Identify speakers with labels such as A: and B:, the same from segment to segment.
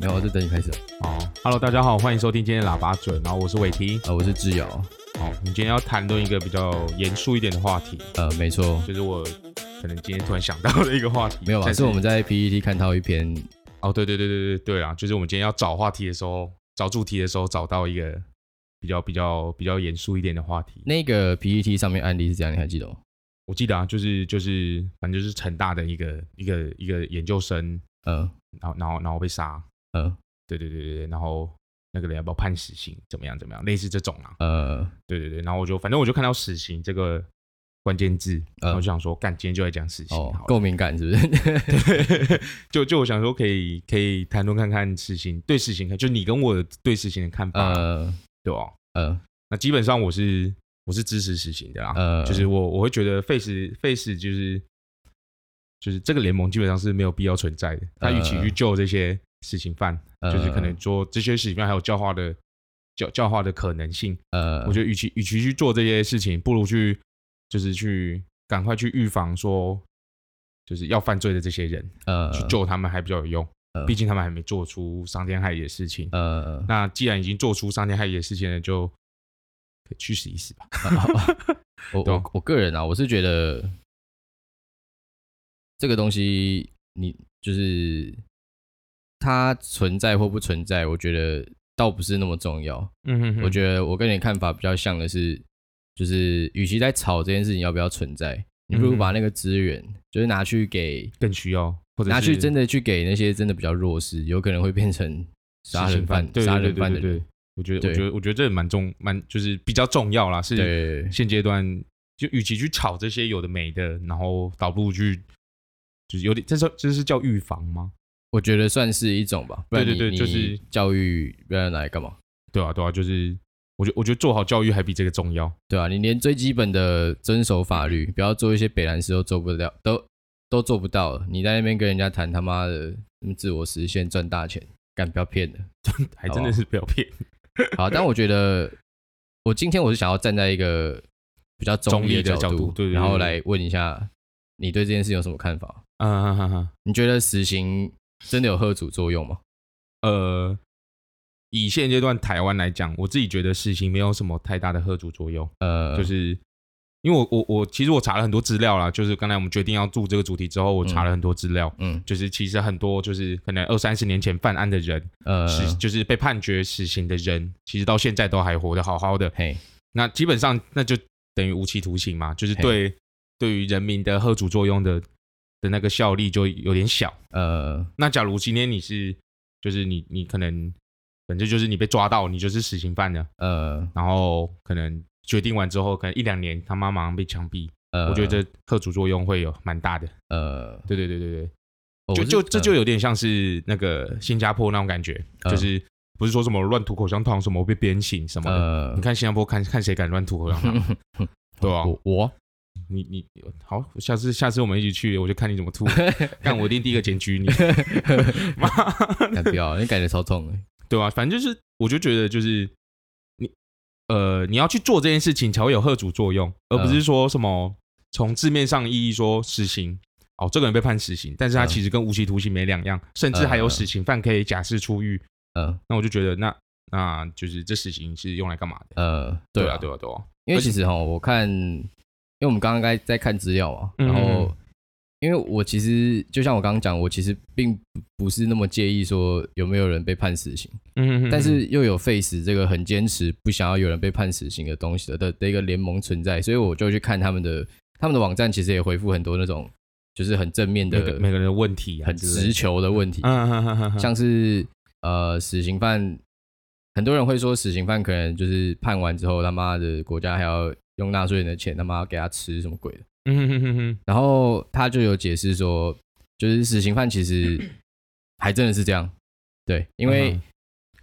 A: 没有，我就等你开始。
B: 哦，Hello，大家好，欢迎收听今天的喇叭嘴，然后我是伟霆。
A: 呃，我是志尧。
B: 好，我们今天要谈论一个比较严肃一点的话题，
A: 呃，没错，
B: 就是我可能今天突然想到的一个话题。
A: 没有啊，
B: 但
A: 是我们在 PPT 看到一篇，
B: 哦，对对对对对对啊，就是我们今天要找话题的时候，找主题的时候，找到一个比较比较比较严肃一点的话题。
A: 那个 PPT 上面案例是这样，你还记得吗？
B: 我记得啊，就是就是反正就是成大的一个一个一个研究生，
A: 嗯
B: 然后然后然后被杀，
A: 嗯
B: 对对对对对，然后那个人要不要判死刑，怎么样怎么样，类似这种啊。
A: 呃
B: 对对对，然后我就反正我就看到死刑这个关键字，然后
A: 嗯
B: 就想说，干，今天就来讲死刑
A: 哦，
B: 好了，
A: 够敏感是不 是？
B: 就就我想说可以可以谈论看看死刑对死刑看，就你跟我对死刑的看法，
A: 呃
B: 对吧？
A: 呃
B: 那基本上我是我是支持死刑的啦，
A: 呃，
B: 就是我我会觉得 face face 就是就是这个联盟基本上是没有必要存在的，他与其去救这些死刑犯，就是可能做这些死刑犯还有教化的教教化的可能性，
A: 呃，
B: 我觉得与其与其去做这些事情，不如去就是去赶快去预防说就是要犯罪的这些人，
A: 呃
B: 去救他们还比较有用
A: 呃。
B: 毕竟他们还没做出伤天害理的事情。
A: 呃，
B: 那既然已经做出伤天害理的事情了，就可以去死一死吧。
A: 我
B: 懂
A: 我我个人啊，我是觉得这个东西，你就是它存在或不存在，我觉得倒不是那么重要。
B: 嗯哼
A: 我觉得我跟你的看法比较像的是，就是与其在吵这件事情要不要存在，你不
B: 嗯
A: 如
B: 哼
A: 把那个资源就是拿去给
B: 更需要，或者
A: 拿去
B: 是
A: 真的去给那些真的比较弱势，有可能会变成杀
B: 死
A: 人
B: 刑
A: 犯、
B: 对
A: 杀
B: 对
A: 人
B: 对对
A: 犯的
B: 对
A: 人
B: 对。。我觉得，
A: 对
B: 我觉得，我觉得这也蛮重，蛮就是比较重要啦。是
A: 对，
B: 现阶段就与其去炒这些有的没的，然后倒不如去就是有点，这是这是叫预防吗？
A: 我觉得算是一种吧。不然
B: 对
A: 你
B: 对对就
A: 你
B: 是
A: 教育，不然拿来干嘛？
B: 对啊，对啊，就是我觉得我觉得做好教育还比这个重要。
A: 对啊，你连最基本的遵守法律，不要做一些北兰事都做不了，都都做不到了。你在那边跟人家谈他妈的什么自我实现赚大钱，干不要骗的。
B: 还真
A: 哦
B: 的是不要骗。
A: 好，但我觉得我今天我是想要站在一个比较中立角
B: 中立的角度对对对
A: 然后来问一下你对这件事有什么看法？
B: 嗯 哼哼，
A: 你觉得死刑真的有贺主作用吗？
B: 呃，以现阶段台湾来讲，我自己觉得事情没有什么太大的贺主作用，
A: 呃，
B: 就是因为我我我其实我查了很多资料啦，就是刚才我们决定要做这个主题之后，我查了很多资料。
A: 嗯
B: 就是其实很多就是可能二三十年前犯案的人，
A: 呃
B: 是、就是被判决死刑的人，其实到现在都还活得好好的。
A: 嘿
B: 那基本上那就等于无期徒刑嘛，就是
A: 嘿
B: 对对于人民的贺主作用的的那个效力就有点小。
A: 呃
B: 那假如今天你是，就是你你可能反正就是你被抓到，你就是死刑犯了，
A: 呃
B: 然后可能决定完之后，可能一两年他妈马上被枪毙，
A: 呃，
B: 我觉得这贺主作用会有蛮大的。
A: 呃，
B: 对对对对
A: 我
B: 对，
A: 是
B: 就就这就有点像是那个新加坡那种感觉，
A: 嗯
B: 就是不是说什么乱吐口香糖什么被鞭刑什么的，
A: 呃
B: 你，看新加坡看看谁敢乱吐口香
A: 嗯
B: 糖。 对啊，
A: 我我
B: 你你好，下次下次我们一起去，我就看你怎 么吐。干我一定第一个检举你，妈，
A: 感不要，你感觉超痛的。
B: 对吧、反正就是，我就觉得就是你呃，你要去做这件事情才会有贺主作用，而不
A: 嗯
B: 是说什么从字面上意义说死刑。哦，这个人被判死刑，但是他
A: 嗯
B: 其实跟无期徒刑没两样，甚至还有死刑犯可以假释出狱。
A: 嗯
B: 那我就觉得那，那就是这死刑是用来干嘛的？
A: 呃，
B: 对
A: 啊
B: 啊，对啊，对啊。
A: 因为
B: 而且
A: 其实哈，我看，因为我们刚刚在在看资料嘛，
B: 嗯
A: 然后因为我其实就像我刚刚讲，我其实并不不是那么介意说有没有人被判死刑，
B: 嗯，
A: 但是又有 Face 这个很坚持不想要有人被判死刑的东西的的的一个联盟存在，所以我就去看他们的他们的网站，其实也回复很多那种就是很正面
B: 每个
A: 的、
B: 每个人的问题啊
A: 很
B: 之类的
A: 直球的问题，
B: 嗯哼哼哼哼
A: 像是呃死刑犯，很多人会说死刑犯可能就是判完之后他妈的国家还要用纳税人的钱他妈给他吃什么鬼的，
B: 嗯哼哼哼哼，
A: 然后他就有解释说，就是死刑犯其实 还真的是这样，对，因为
B: 嗯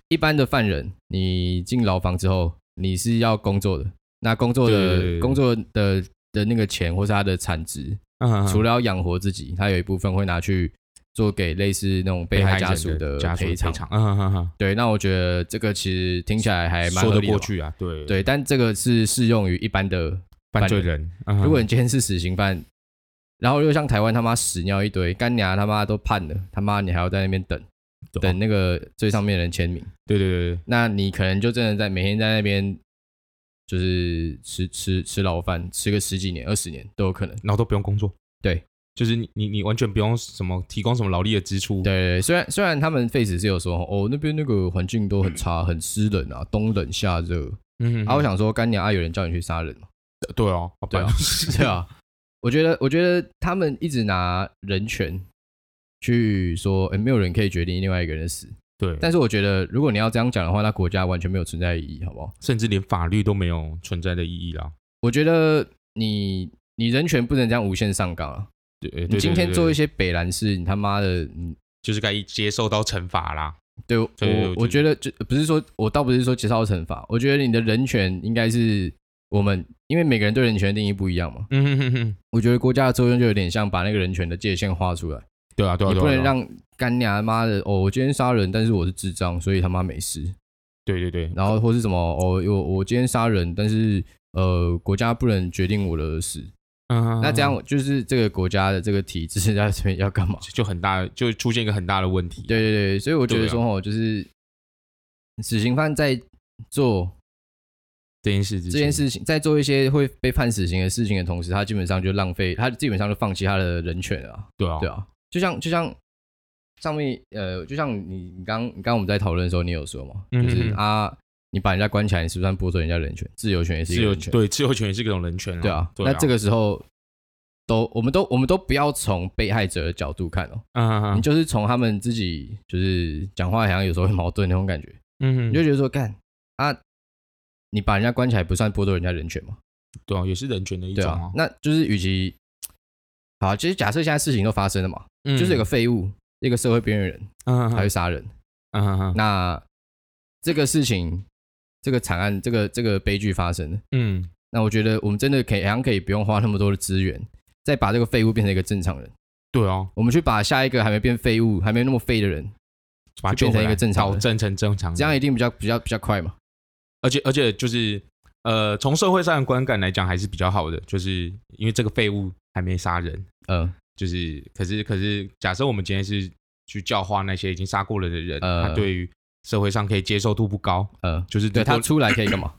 A: 一般的犯人你进牢房之后你是要工作的，那工作
B: 对对对
A: 的
B: 对
A: 工作的的那个钱或是他的产值，
B: 嗯哼哼
A: 除了要养活自己，他有一部分会拿去。做给类似那种被害家属
B: 的
A: 的
B: 家属
A: 赔偿，
B: 嗯哼哼哼，
A: 对，那我觉得这个其实听起来还蛮
B: 说
A: 合
B: 得
A: 理的
B: 过
A: 嘛。
B: 去啊，对，
A: 对，但这个是适用于一般的。
B: 犯罪人，嗯哼
A: 如果你今天是死刑犯，然后又像台湾他妈屎尿一堆，干娘他妈都判了，他妈你还要在那边等
B: 对啊
A: 等那个最上面的人签名，
B: 对对对对，
A: 那你可能就真的在每天在那边就是吃吃吃牢饭，吃个十几年、二十年都有可能。
B: 然后都不用工作，
A: 对，
B: 就是你你你完全不用什么提供什么劳力的支出，
A: 对对对，虽然虽然他们 face 是有说哦那边那个环境都很差，很湿冷啊，冬冷夏热。
B: 嗯哼
A: 啊，我想说干娘啊，有人叫你去杀人吗？
B: 对哦，好
A: 对
B: 吧
A: 啊，对啊，我觉得，我觉得他们一直拿人权去说，哎、没有人可以决定另外一个人的死。
B: 对，
A: 但是我觉得，如果你要这样讲的话，那国家完全没有存在意义，好不好？
B: 甚至连法律都没有存在的意义啦。
A: 我觉得你你人权不能这样无限上纲啊！
B: 对，对
A: 你今天做一
B: 些
A: 些北兰事，你他妈的，你
B: 就是该接受到惩罚啦。
A: 对我
B: 对对
A: 我
B: 我
A: 我觉
B: 觉
A: 得就不是说，我倒不是说接受惩罚，我觉得你的人权应该是我们，因为每个人对人权的定义不一样嘛。
B: 嗯哼哼哼，
A: 我觉得国家的作用就有点像把那个人权的界限画出来。
B: 对啊对啊，
A: 你
B: 对啊
A: 不能
B: 对啊
A: 让干娘妈的哦，我今天杀人，但是我是智障，所以他妈没事。
B: 对对对，
A: 然后或是什么哦，我我今天杀人，但是呃，国家不能决定我的死。
B: 嗯
A: 那这样就是这个国家的这个体制在这边要 干嘛？
B: 就就很大，就出现一个很大的问题。
A: 对对对，所以我觉得说
B: 啊
A: 哦，就是死刑犯在做
B: 这件事之前，
A: 这件事
B: 嗯
A: 情，在做一些会被判死刑的事情的同时，他基本上就浪费，他基本上就放弃他的人权了啊、
B: 对啊
A: 对啊，就像就像上面呃，就像你你刚你刚我们在讨论的时候，你有说嘛，
B: 嗯
A: 就是
B: 嗯嗯
A: 啊，你把人家关起来，你是不是算剥夺人家人权？自由权也是一
B: 自
A: 个
B: 由
A: 人权，
B: 对自由权也是各种人权
A: 对
B: 啊
A: 啊。。
B: 对
A: 那这个时候都我们都我们都不要从被害者的角度看哦，
B: 嗯
A: 你
B: 嗯
A: 就是从他们自己就是讲话好像有时候会矛盾那种感觉，
B: 嗯
A: 你就觉得说干啊，你把人家关起来不算剥夺人家人权吗？
B: 对啊，也是人权的一
A: 对
B: 种
A: 啊
B: 啊，。
A: 那就是与其好，其实假设现在事情都发生了嘛，
B: 嗯
A: 就是有个废物，一个社会边缘人。
B: 嗯
A: 才会杀人。
B: 嗯嗯
A: 那这个事情，这个惨案，这个这个悲剧发生了，
B: 嗯，
A: 那我觉得我们真的可以，好像可以不用花那么多的资源，再把这个废物变成一个正常人。
B: 对啊，
A: 我们去把下一个还没变废物、还没那么废的人，
B: 把它
A: 就
B: 救
A: 变成
B: 回
A: 一个
B: 来
A: 正常
B: 导
A: 人
B: 正成正常人，
A: 这样一定比较比较比较快嘛。
B: 而且而且就是呃，从社会上的观感来讲还是比较好的，就是因为这个废物还没杀人，
A: 嗯
B: 就是可是可是，假设我们今天是去教化那些已经杀过人的人，
A: 呃
B: 他对于社会上可以接受度不高，
A: 嗯，
B: 就是
A: 对
B: 如果
A: 他出来可以干嘛？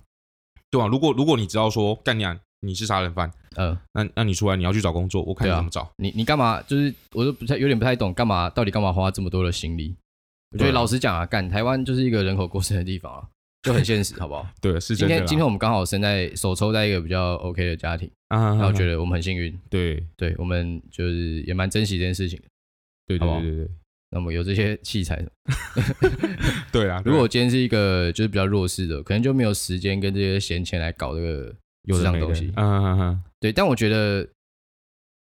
B: 对啊，如果如果你知道说干娘你是杀人犯，
A: 嗯，
B: 那那你出来你要去找工作，我看你
A: 对啊
B: 怎么找。
A: 你你干嘛？就是我都不太有点不太懂，干嘛到底干嘛花这么多的心力？我觉得
B: 对啊
A: 老实讲啊，干台湾就是一个人口过剩的地方啊，就很现实，好不好？
B: 对， 啊是
A: 今
B: 真的
A: 天
B: 啦。
A: 今天我们刚好生在手抽在一个比较 OK 的家庭。
B: 啊，
A: 然后觉
B: 得
A: 得我们很幸运，
B: 对
A: 对我们就是也蛮珍惜这件事情的。
B: 对对
A: 好不好
B: 对对对
A: 那么有这些器材，
B: 对啊！
A: 如
B: 对
A: 果
B: 啊
A: 今天是一个就是比较弱势的，可能就没有时间跟这些闲钱来搞这个
B: 有
A: 这
B: 的
A: 样
B: 没的
A: 东西。
B: 嗯嗯嗯，
A: 对，但我觉得，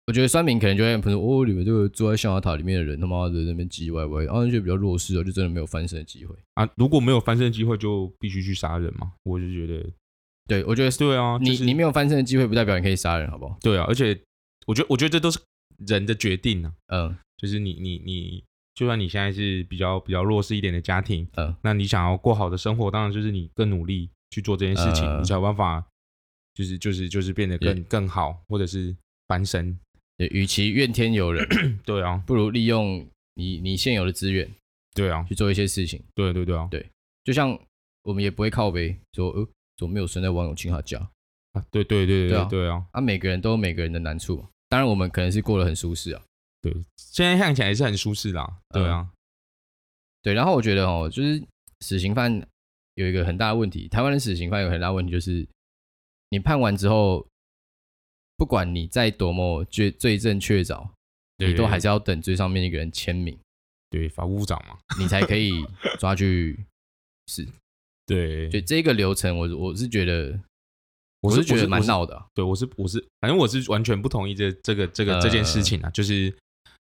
A: 我觉得酸民可能就会很喷说：“哦，你们这个住在象牙塔里面的人，他妈的在那边唧唧歪歪，然后那些比较弱势的，就真的没有翻身的机会。
B: 啊，如果没有翻身机会，就必须去杀人嘛。我就觉得，”
A: 对，我觉得是
B: 对啊，
A: 你
B: 就是
A: 你没有翻身的机会，不代表你可以杀人，好不好？
B: 对啊，而且我觉得，我觉得这都是人的决定啊。
A: 嗯
B: 就是你你你，就算你现在是比较比较弱势一点的家庭，
A: 嗯，
B: 那你想要过好的生活，当然就是你更努力去做这件事情，
A: 呃
B: 你才有办法，就是就是就是变得更更好，或者是翻身。
A: 对与其怨天尤人，
B: 对啊，
A: 不如利用你你现有的资源
B: 对啊，
A: 去做一些事情。
B: 对对对啊，
A: 对就像我们也不会靠背说，呃，怎么没有生在王永庆他家？
B: 啊对对对
A: 对
B: 对
A: 啊
B: 对啊，
A: 啊，每个人都有每个人的难处嘛。当然，我们可能是过得很舒适啊，
B: 现在看起来是很舒适啦。对
A: 嗯
B: 啊，
A: 对。然后我觉得哦，就是死刑犯有一个很大的问题，台湾的死刑犯有个很大的问题就是，你判完之后，不管你再多么罪罪证确凿，
B: 对
A: 你都还
B: 对
A: 是要等最上面一个人签名，
B: 对法务部长嘛，
A: 你才可 以抓去。
B: 对，
A: 就这个流程我，我是觉得，
B: 我
A: 是
B: 是
A: 觉得蛮，
B: 我是
A: 闹的啊、
B: 对我是我是，反正我是完全不同意这这个这个
A: 呃
B: 这件事情啊，就是。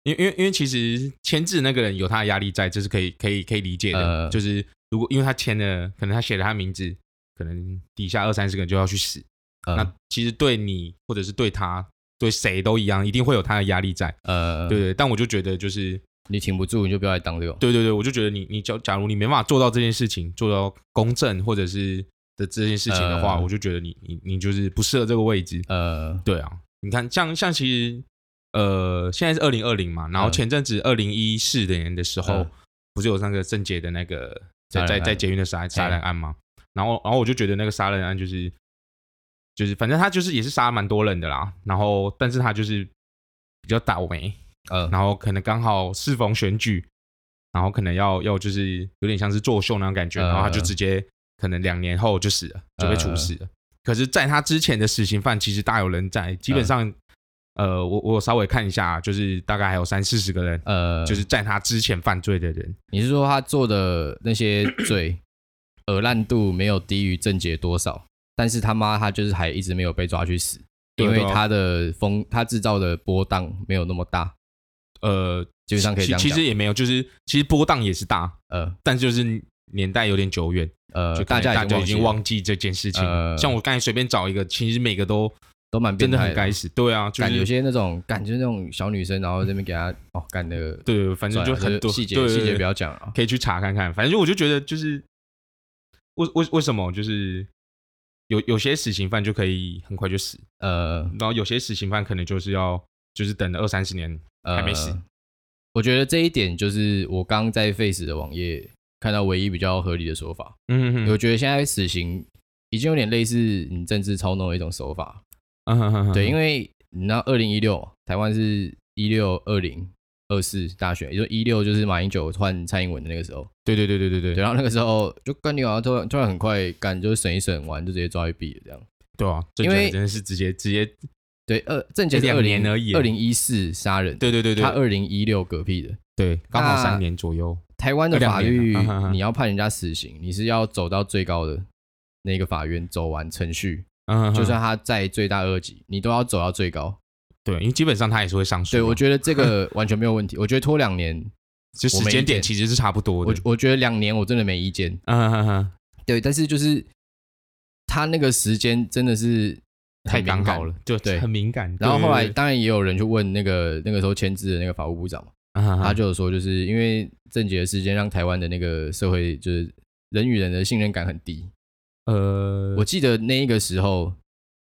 B: 因为因为因为其实签字那个人有他的压力在，这是可以可以可以理解的。
A: 呃
B: 就是如果因为他签了，可能他写了他名字，可能底下二三十个人就要去死。那
A: 嗯
B: 其实对你或者是对他对谁都一样，一定会有他的压力在。
A: 呃，
B: 对对，但我就觉得就是
A: 你挺不住，你就不要来当这种。
B: 对对对，我就觉得你你假假如你没办法做到这件事情，做到公正或者是的这件事情的话，
A: 呃
B: 我就觉得你你你就是不适合这个位置。
A: 呃，
B: 对啊，你看像像其实呃，现在是二零二零嘛，然后
A: 嗯
B: 前阵子二零一四年的时候，
A: 嗯
B: 不是有那个郑杰的那个
A: 杀
B: 在
A: 人
B: 在
A: 案
B: 在捷运的杀杀人案吗？然后然后我就觉得那个杀人案就是就是反正他就是也是杀蛮多人的啦，然后但是他就是比较倒霉，
A: 嗯
B: 然后可能刚好适逢选举，然后可能要要就是有点像是作秀那种感觉，
A: 嗯
B: 然后他就直接可能两年后就死了，就被处死了。可是，在他之前的死刑犯其实大有人在，基
A: 嗯
B: 本上，呃，我我有稍微看一下，啊就是大概还有三四十个人，
A: 呃，
B: 就是在他之前犯罪的人，
A: 你是说他做的那些罪，恶烂度没有低于郑杰多少？但是他妈他就是还一直没有被抓去死，
B: 对
A: 因
B: 啊
A: 为
B: 对啊
A: 他的风他制造的波荡没有那么大，
B: 呃，
A: 基本上可以这
B: 其
A: 样
B: 其
A: 讲。
B: 实也没有，就是其实波荡也是大，
A: 呃
B: 但就是年代有点久远，
A: 呃，
B: 就
A: 大
B: 大
A: 家
B: 大家已经
A: 了
B: 忘记这件事情了。
A: 呃
B: 像我刚才随便找一个，其实每个都
A: 都蛮变
B: 真的
A: 态
B: 很该死，对啊，就
A: 感
B: 是
A: 有些那种感就是那种小女生，然后这边给她哦干的，
B: 对，反正
A: 算了
B: 就很多
A: 细节
B: 对对
A: 细节
B: 对
A: 不要讲啊了。
B: 可以去查看看。反正我就觉得就是为为为什么就是有有些死刑犯就可以很快就死，
A: 呃
B: 然后有些死刑犯可能就是要就是等了二三十年
A: 呃，
B: 还没死。
A: 我觉得这一点就是我刚在 Face 的网页看到唯一比较合理的说法。
B: 嗯哼
A: 我觉得现在死刑已经有点类似你政治操弄的一种手法。
B: 嗯哼哼哼，
A: 对，因
B: 为
A: 为你知道，二零一六台湾是一六二零二四大选，也就一六就是马英九换蔡英文的那个时候。
B: 对对对对对对
A: 对，然后那个时候就干你好啊像突然突然很快干，就是审一审完就直接抓去毙了这样。
B: 对啊，
A: 因为
B: 这真的是直接直接
A: 对，二郑杰是二
B: 两
A: 零
B: 年而已
A: 二零一四杀人，
B: 对对对
A: 他
B: 对
A: 二零一六嗝屁的。
B: 对，刚好
A: 那
B: 三年左右。
A: 台湾的
B: 两
A: 法
B: 年
A: 律
B: 了啊哈哈，哈
A: 你要判人家死刑，你是要走到最高的那个法院走完程序，
B: 嗯，
A: 就啊算他在最大二级，你都要走到最高。
B: 对，因为基本上他也是会上诉嘛。
A: 对，我觉得这个完全没有问题。我觉得拖两 年，
B: 就时
A: 我没
B: 间
A: 意见
B: 点其实是差不多
A: 我
B: 的。
A: 我觉得两年我真的没意见。
B: 嗯哼哼，
A: 对，但是就是他那个时间真的是
B: 太
A: 很敏
B: 刚
A: 感
B: 好了。，就
A: 对
B: 很敏感。
A: 然后后来
B: 对，
A: 当然也有人去问那个那个时候签字的那个法务部长嘛，他
B: 他
A: 就有说，就是因为郑杰的事件让台湾的那个社会就是人与人的信任感很低。
B: 呃，
A: 我记得那一个时候，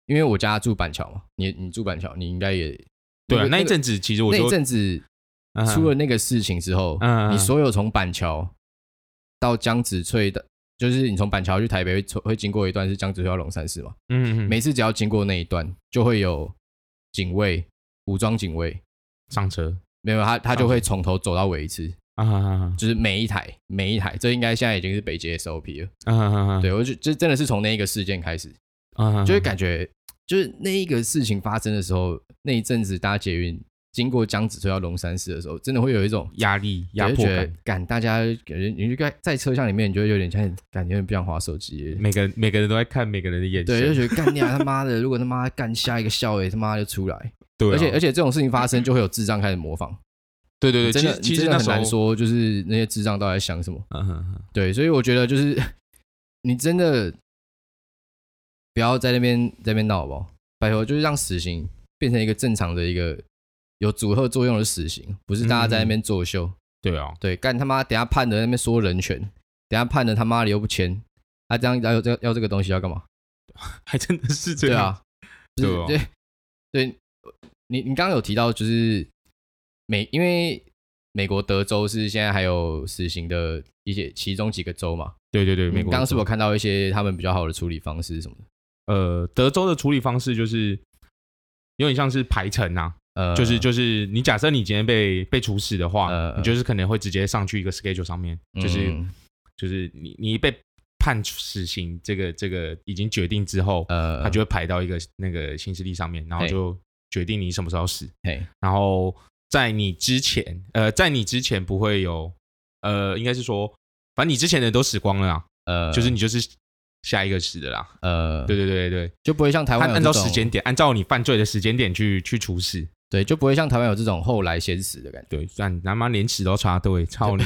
A: 因为我家住板桥嘛，你你住板桥，你应该也
B: 对啊，
A: 个
B: 那一
A: 个
B: 阵子其实我
A: 那
B: 就
A: 一阵子
B: 嗯哼
A: 出了那个事情之后，
B: 嗯嗯嗯
A: 你所有从板桥到江子翠的，就是你从板桥去台北会从会经过一段是江子翠到龙山寺嘛，
B: 嗯嗯嗯
A: 每次只要经过那一段，就会有警卫，武装警卫，
B: 上车
A: 没有他他就会从头走到尾一次，
B: 啊哈哈哈
A: 就是每一台每一台，这应该现在已经是北捷 SOP 了。
B: 啊哈哈哈，
A: 对，我就这真的是从那一个事件开始。
B: 啊哈哈哈，
A: 就会感觉，就是那一个事情发生的时候，那一阵子搭捷运经过江子翠到龙山寺的时候，真的会有一种
B: 压力压
A: 就
B: 迫
A: 觉得
B: 感，，
A: 感大家感觉你就该在车厢里面，你就会有点像感觉有点不想滑手机。
B: 每个人每个人都在看每个人的眼神，
A: 对，就 觉得干你啊他妈的！如果他妈干下一个笑诶，他妈就出来。
B: 对啊，
A: 而且而
B: 且
A: 且这种事情发生，就会有智障开始模仿。
B: 对对对，
A: 真
B: 其
A: 的
B: 实其
A: 真
B: 实
A: 的
B: 那
A: 很
B: 时候
A: 难，说，就是那些智障到底在想什么。
B: 嗯哼哼，
A: 对，所以我觉得就是 你真的不要在那边在那边闹好不好？拜托，就是让死刑变成一个正常的一个有阻吓作用的死刑，不是大家在那边作秀。
B: 对啊，
A: 对，干他妈，等下判的那边说人权，等下判的他妈的又不签，他、这样要这要这个东西要干嘛？
B: 还真的是这
A: 对
B: 样，
A: 啊，就是
B: 对哦
A: 对 对，你你刚刚有提到就是美，因为美国德州是现在还有死刑的一些其中几个州嘛，
B: 对对对，
A: 你
B: 美
A: 嗯
B: 国
A: 刚刚是否
B: 我
A: 看到一些他们比较好的处理方式什么的？
B: 呃德州的处理方式就是有点像是排程啊，
A: 呃，
B: 就是就是你假设你今天被被处死的话
A: 呃，
B: 你就是可能会直接上去一个 schedule 上面，就是
A: 嗯
B: 就是你你被判处死刑这个这个已经决定之后，
A: 呃，
B: 他就会排到一个那个行事历上面，然后
A: 嘿
B: 就决定你什么时候死。
A: 嘿
B: 然后在你之前，呃，在你之前不会有，呃，应该是说，反正你之前的都死光了啦，
A: 呃，
B: 就是你就是下一个死的啦。
A: 呃，
B: 对对对对对，
A: 就不会像台
B: 他
A: 湾有
B: 按
A: 这
B: 照
A: 种
B: 时间点，按照你犯罪的时间点去去处死。
A: 对，就不会像台湾有这种后来先死的感觉。
B: 对，但他妈连死都插队，操你！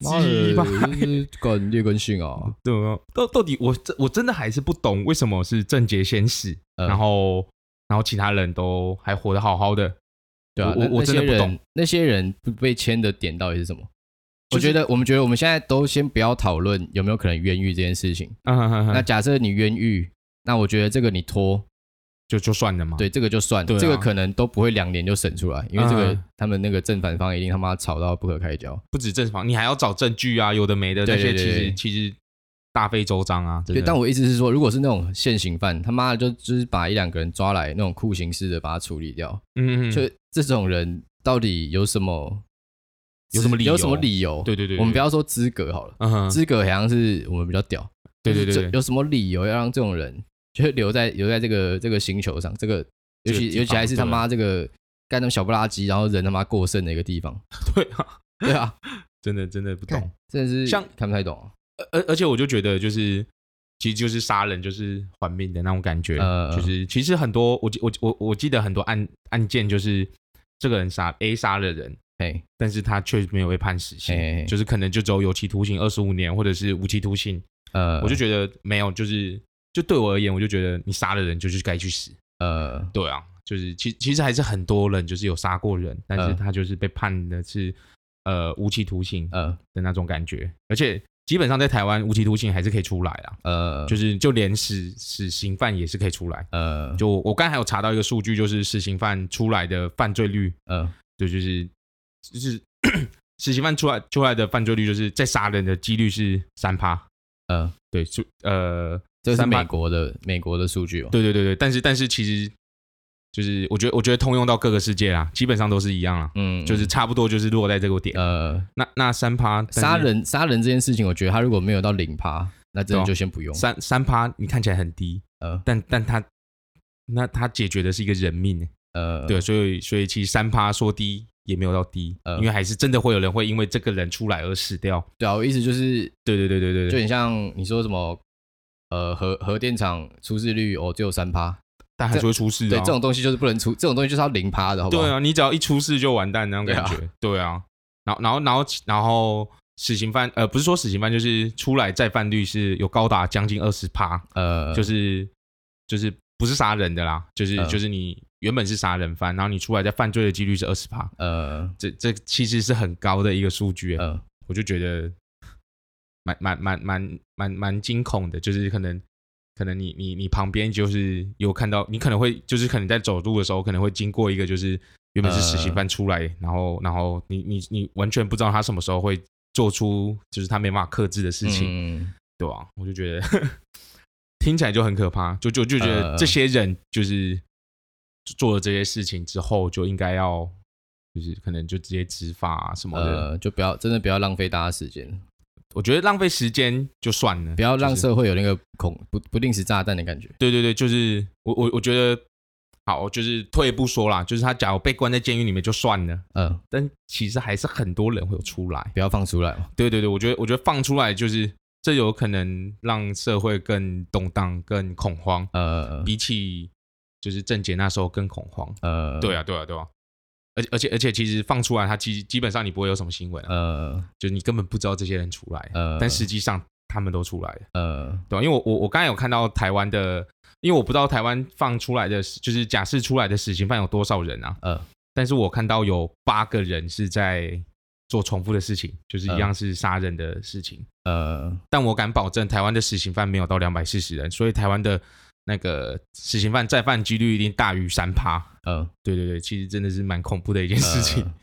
A: 妈的
B: 鸡巴，
A: 就是管劣根性哦。
B: 对啊，到到底我真我真的还是不懂为什么是郑杰先死，
A: 呃
B: 然后然后其他人都还活得好好的。
A: 对啊，
B: 我
A: 那
B: 我
A: 那些
B: 真的不懂
A: 人那些人不被签的点到底是什么？我
B: 就
A: 觉
B: 是
A: 得，我们觉得我们现在都先不要讨论有没有可能冤狱这件事情。
B: 嗯哼哼哼
A: 那假设你冤狱，那我觉得这个你拖，
B: 就就算了嘛。
A: 对，这个就算，
B: 对啊
A: 这个可能都不会两年就审出来，因为这个、
B: 嗯
A: 他们那个正反方一定他妈吵到不可开交。
B: 不止正方，你还要找证据啊，有的没的
A: 对
B: 那
A: 对
B: 些，其
A: 对
B: 实其实大费周章啊。真
A: 对，
B: 的
A: 但我意思是说，如果是那种现行犯，他妈的就就是把一两个人抓来那种酷刑式的把他处理掉，
B: 嗯，嗯嗯
A: 就这种人到底有什么
B: 有什么理由
A: 有什么理由？
B: 对对对，对
A: 我们不，要说资格好了，
B: 嗯哼，
A: 资格好像是我们比较屌。
B: 对对
A: 就是
B: 对
A: 这
B: 对，
A: 有什么理由要让这种人就是留在留在这个这个星球上？这个尤
B: 这个
A: 其
B: 地
A: 尤其还是他
B: 方啊
A: 妈这个干那种小不拉几，然后人他妈过剩的一个地方。
B: 对啊，
A: 对啊，
B: 真的真的不懂
A: 看。真的是
B: 像
A: 看不太懂。啊
B: 而而且我就觉得，就是其实就是杀人就是还命的那种感觉，
A: 呃
B: 就是其实很多我记我我我记得很多案案件就是这个人杀 A 杀了人，
A: 哎
B: 但是他却没有被判死刑，
A: 哎，
B: 就是可能就只有有期徒刑二十五年或者是无期徒刑，
A: 呃，
B: 我就觉得没有，就是就对我而言，我就觉得你杀了人就是该去死，
A: 呃
B: 对啊，就是其其实还是很多人就是有杀过人，但是
A: 嗯
B: 他就是被判的是呃无期徒刑
A: 呃
B: 的那种感觉，而且基本上在台湾无期徒刑还是可以出来啊，
A: 呃，
B: 就是就连死死刑犯也是可以出来。
A: 呃
B: 就我我刚才有查到一个数据，就是死刑犯出来的犯罪率，
A: 呃
B: 对，就是就是 死刑犯出来出来的犯罪率，就是在杀人的几率是三趴，
A: 呃，
B: 对，就呃，
A: 这是
B: 三八
A: 美国的美国的数据哦。
B: 对对对对，但是但是其实就是我觉得我觉得通用到各个世界啦，基本上都是一样啦，
A: 嗯，
B: 就是差不多就是落在这个点。
A: 呃
B: 那那三趴但是
A: 杀人杀人这件事情，我觉得他如果没有到零趴，那真
B: 对
A: 的
B: 啊
A: 就先不用。
B: 三三趴，你看起来很低，
A: 呃
B: 但但他那他解决的是一个人命、欸。
A: 呃，
B: 对，所以所以其实三趴说低也没有到低，
A: 呃
B: 因为还是真的会有人会因为这个人出来而死掉。
A: 对啊，我意思就是
B: 对对对对对
A: 就
B: 对，
A: 很像你说什么，呃，核核电厂出事率哦只有三趴，
B: 但还是会出事、啊。
A: 对，这种东西就是不能出，这种东西就是要零趴的，好不好？
B: 对啊，你只要一出事就完蛋那种感觉。对啊，然后然后然后然后死刑犯呃不是说死刑犯，就是出来再犯率是有高达将近二十趴，
A: 呃，
B: 就是就是不是杀人的啦，就是、
A: 嗯
B: 就是你原本是杀人犯，然后你出来再犯罪的几率是二十趴。
A: 呃
B: 这这其实是很高的一个数据、欸，
A: 呃
B: 我就觉得蛮蛮蛮蛮蛮蛮惊恐的，就是可能可能你你你旁边就是有看到，你可能会就是可能在走路的时候可能会经过一个就是原本是实
A: 呃
B: 习犯出来，然后然后你你你完全不知道他什么时候会做出就是他没办法克制的事情，
A: 嗯
B: 对吧、我就觉得 听起来就很可怕，就就就觉得
A: 呃
B: 这些人就是做了这些事情之后就应该要。就是可能就直接执法啊什么的，
A: 呃，就不要真的不要浪费大家时间，
B: 我觉得浪费时间就算了，
A: 不要
B: 就
A: 让
B: 是
A: 社会有那个恐不不定时炸弹的感觉。
B: 对对对，就是我我我觉得好，就是退一步说啦，就是他假如被关在监狱里面就算了，
A: 呃，
B: 但其实还是很多人会有出来。
A: 不要放出来嘛。
B: 对对对，我觉得我觉得放出来就是这有可能让社会更动荡、更恐慌，
A: 呃
B: 比起就是郑杰那时候更恐慌。
A: 呃，
B: 对啊，对啊，对啊。而且而且而且，其实放出来，他基基本上你不会有什么新闻、啊，
A: 呃
B: 就是你根本不知道这些人出来，啊
A: 呃
B: 但实际上他们都出来了。
A: 呃
B: 对啊、因为我我我刚才有看到台湾的，因为我不知道台湾放出来的，就是假释出来的死刑犯有多少人啊？
A: 呃
B: 但是我看到有八个人是在做重复的事情，就是一样是杀人的事情。
A: 呃
B: 但我敢保证，台湾的死刑犯没有到两百四十人，所以台湾的那个死刑犯再犯几率一定大于三趴。
A: 呃，
B: 对对对，其实真的是蛮恐怖的一件事情。
A: 呃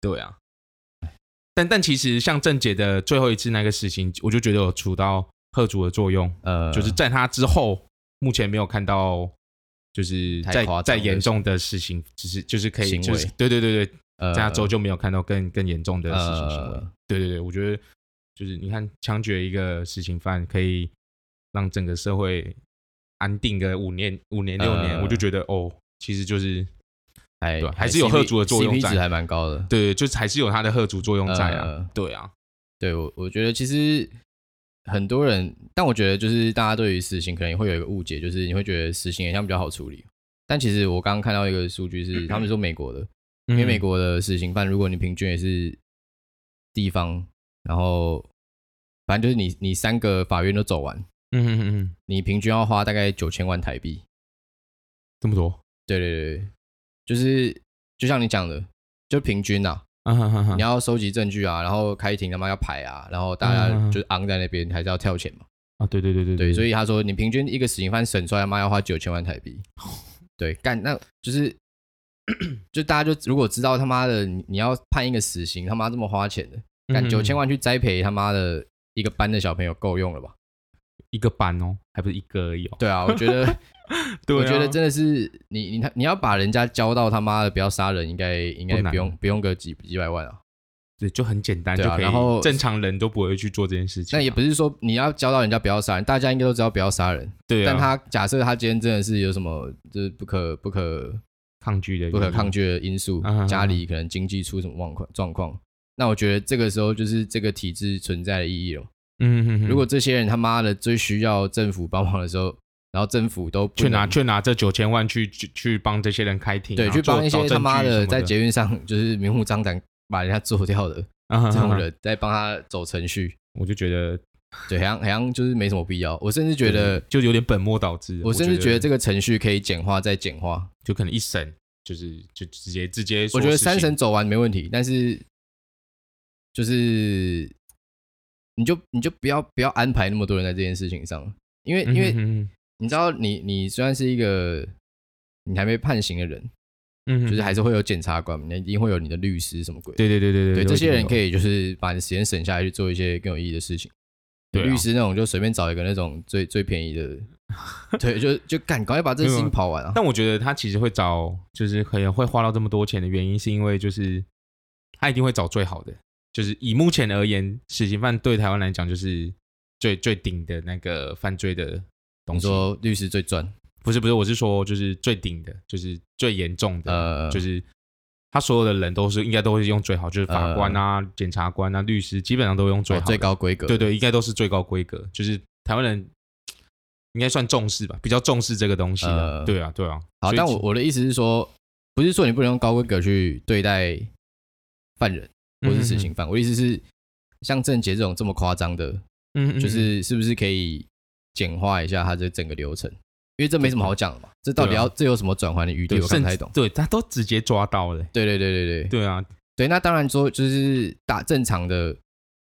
B: 对啊，但但其实像郑姐的最后一次那个死刑，我就觉得有起到贺主的作用。
A: 呃，
B: 就是在他之后，目前没有看到就是
A: 太
B: 再
A: 夸张
B: 再
A: 的
B: 严重的事情，就是就是可以
A: 行
B: 就是
A: 为
B: 对对对对，
A: 呃
B: 在他之后就没有看到更更严重的事情行为。
A: 呃
B: 对对对，我觉得就是你看枪决一个死刑犯，可以让整个社会安定个五年五年六年，
A: 呃
B: 我就觉得哦，其实就是
A: 还
B: 对
A: 哎
B: 还是有贺族的作用
A: CP
B: 在
A: 值还蛮高的。
B: 对对，就是还是有他的贺主作用在啊。
A: 呃
B: 对啊，
A: 对我，我觉得其实很多人，但我觉得就是大家对于死刑可能会有一个误解，就是你会觉得死刑好像比较好处理，但其实我刚刚看到一个数据
B: 嗯
A: 是，他们说美国的，因
B: 因
A: 为美国的死刑犯，如果你平均也是地方，然后反正就是你你三个法院都走完，
B: 嗯嗯嗯嗯
A: 你平均要花大概九千万台币。
B: 这么多，
A: 对对对对，就是就像你讲的，就平均啊，
B: 啊哈哈哈
A: 你要收集证据啊，然后开庭他妈要排啊，然后大
B: 嗯嗯
A: 家
B: 嗯
A: 就昂在那边，还是要跳钱嘛。
B: 啊对对对对
A: 对，所以他说你平均一个死刑犯审出来，妈要花九千万台币。对，干那就是 就大家就如果知道他妈的你你要判一个死刑，他妈这么花钱的，干
B: 嗯
A: 九千万去栽培他妈的一个班的小朋友够用了吧？
B: 一个班哦，还不是一个而已哦。
A: 对啊，我觉得
B: 对啊
A: 我觉得真的是你你你要把人家教到他妈的不要杀人，应该应该
B: 不难
A: 不用不用个几几百万啊。
B: 对，就很简单就
A: 对啊
B: 可以，
A: 然后
B: 正常人都不会去做这件事情啊。
A: 那也不是说你要教到人家不要杀人，大家应该都知道不要杀人，
B: 对啊，
A: 但他假设他今天真的是有什么就是不可不可
B: 抗拒的
A: 不可
B: 原因
A: 抗拒的因素
B: 嗯嗯嗯，
A: 家里可能经济出什么状况状况，那我觉得这个时候就是这个体制存在的意义了。
B: 嗯哼哼，
A: 如果这些人他妈的最需要政府帮忙的时候，然后政府都不
B: 去
A: 能
B: 拿去拿这九千万去去去帮这些人开庭啊，
A: 对去
B: 做
A: 帮一
B: 找
A: 些
B: 证
A: 他妈
B: 据什
A: 的
B: 么
A: 在捷运上就是明目张胆把人家做掉的
B: 这
A: 这 种，人，在帮他走程序，
B: 我就觉得
A: 对，好像好像就是没什么必要。我甚至觉
B: 对
A: 得，
B: 就有点本末倒置。
A: 我甚至觉
B: 觉
A: 得这个程序可以简化再简化，
B: 就可能一审就是就直接直接说
A: 我觉得
B: 死
A: 三
B: 刑
A: 神走完没问题，但是就是你就你就不要不要安排那么多人在这件事情上，因为
B: 嗯哼
A: 因为
B: 哼
A: 你知道你你虽然是一个你还没判刑的人，
B: 嗯哼
A: 就是还是会有检察官，你一定会有你的律师什么鬼的。
B: 对对对对
A: 对，这些人可
B: 以
A: 以就是把你的时间省下来去做一些更有意义的事情。
B: 对啊
A: 律师那种就随便找一个那种最最便宜的， 对，就就赶赶快把这个事
B: 没
A: 情
B: 有
A: 跑完啊。
B: 但我觉得他其实会找，就是可能会花到这么多钱的原因，是因为就是他一定会找最好的，就是以目前而言，死刑犯对台湾来讲就是最最顶的那个犯罪的东
A: 你
B: 西。
A: 说律师最赚，
B: 不是不是，我是说就是最顶的，就是最严重的，
A: 呃
B: 啊就是他所有的人都是应该都会用最好，就是法官啊、检察官啊、律师，基本上都用最好的、
A: 呃最高规格，
B: 对对，应该都是最高规格，就是台湾人应该算重视吧，比较重视这个东西的。
A: 呃
B: 对啊，对啊。
A: 好，
B: 所以
A: 但
B: 其
A: 我我的意思是说，不是说你不能用高规格去对待犯人或
B: 嗯
A: 是死刑犯，我的意思是，像郑杰这种这么夸张的，
B: 嗯，嗯
A: 就是是不是可以简化一下他这整个流程？因为这没什么好讲的嘛，这到底要、这有什么转换的余地？
B: 啊对
A: 我看
B: 甚
A: 不太
B: 至
A: 懂。
B: 对他都直接抓到了。
A: 对对对对对
B: 对啊，
A: 对，那当然说就是打正常的，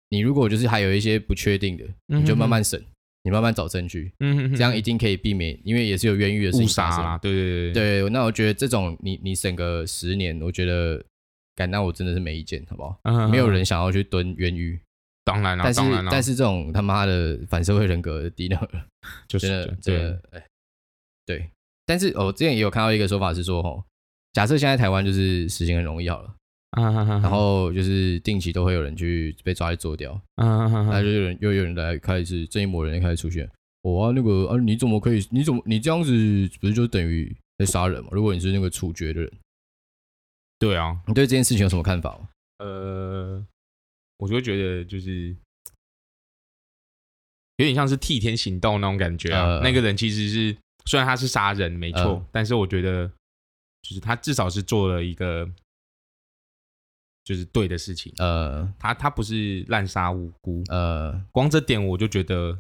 A: 你如果就是还有一些不确定的，
B: 嗯
A: 你就
B: 哼
A: 慢
B: 哼
A: 慢审，你慢慢找证据，
B: 嗯，
A: 这样一定可以避免，因为也是有冤狱的事
B: 误
A: 情
B: 杀
A: 发生。
B: 啦，对对对对
A: 对，那我觉得这种你你省个十年，我觉得，敢那我真的是没意见，好不好？
B: 嗯
A: 没有，人想要去蹲冤狱，
B: 当然啦，
A: 但是
B: 当然啦，
A: 但是这种他妈的反社会人格的低能儿，
B: 就
A: 真
B: 是
A: 的真的哎，对。但是哦我之前也有看到一个说法是说，哦，假设现在台湾就是死刑很容易好了，
B: 然
A: 然后就是定期都会有人去被抓去做掉，那
B: 嗯，
A: 就有人又有人来开始这一抹人开始出现，我、啊那个啊你怎么可以你怎么你这样子不是就等于在杀人吗？如果你是那个处决的人。
B: 对啊，
A: 你对这件事情有什么看法吗？
B: 呃，我就会觉得就是有点像是替天行道那种感觉啊。
A: 呃
B: 那个人其实是虽然他是杀人没错，
A: 呃
B: 但是我觉得就是他至少是做了一个就是对的事情，啊
A: 呃
B: 他他不是滥杀无辜，
A: 呃，
B: 光这点我就觉得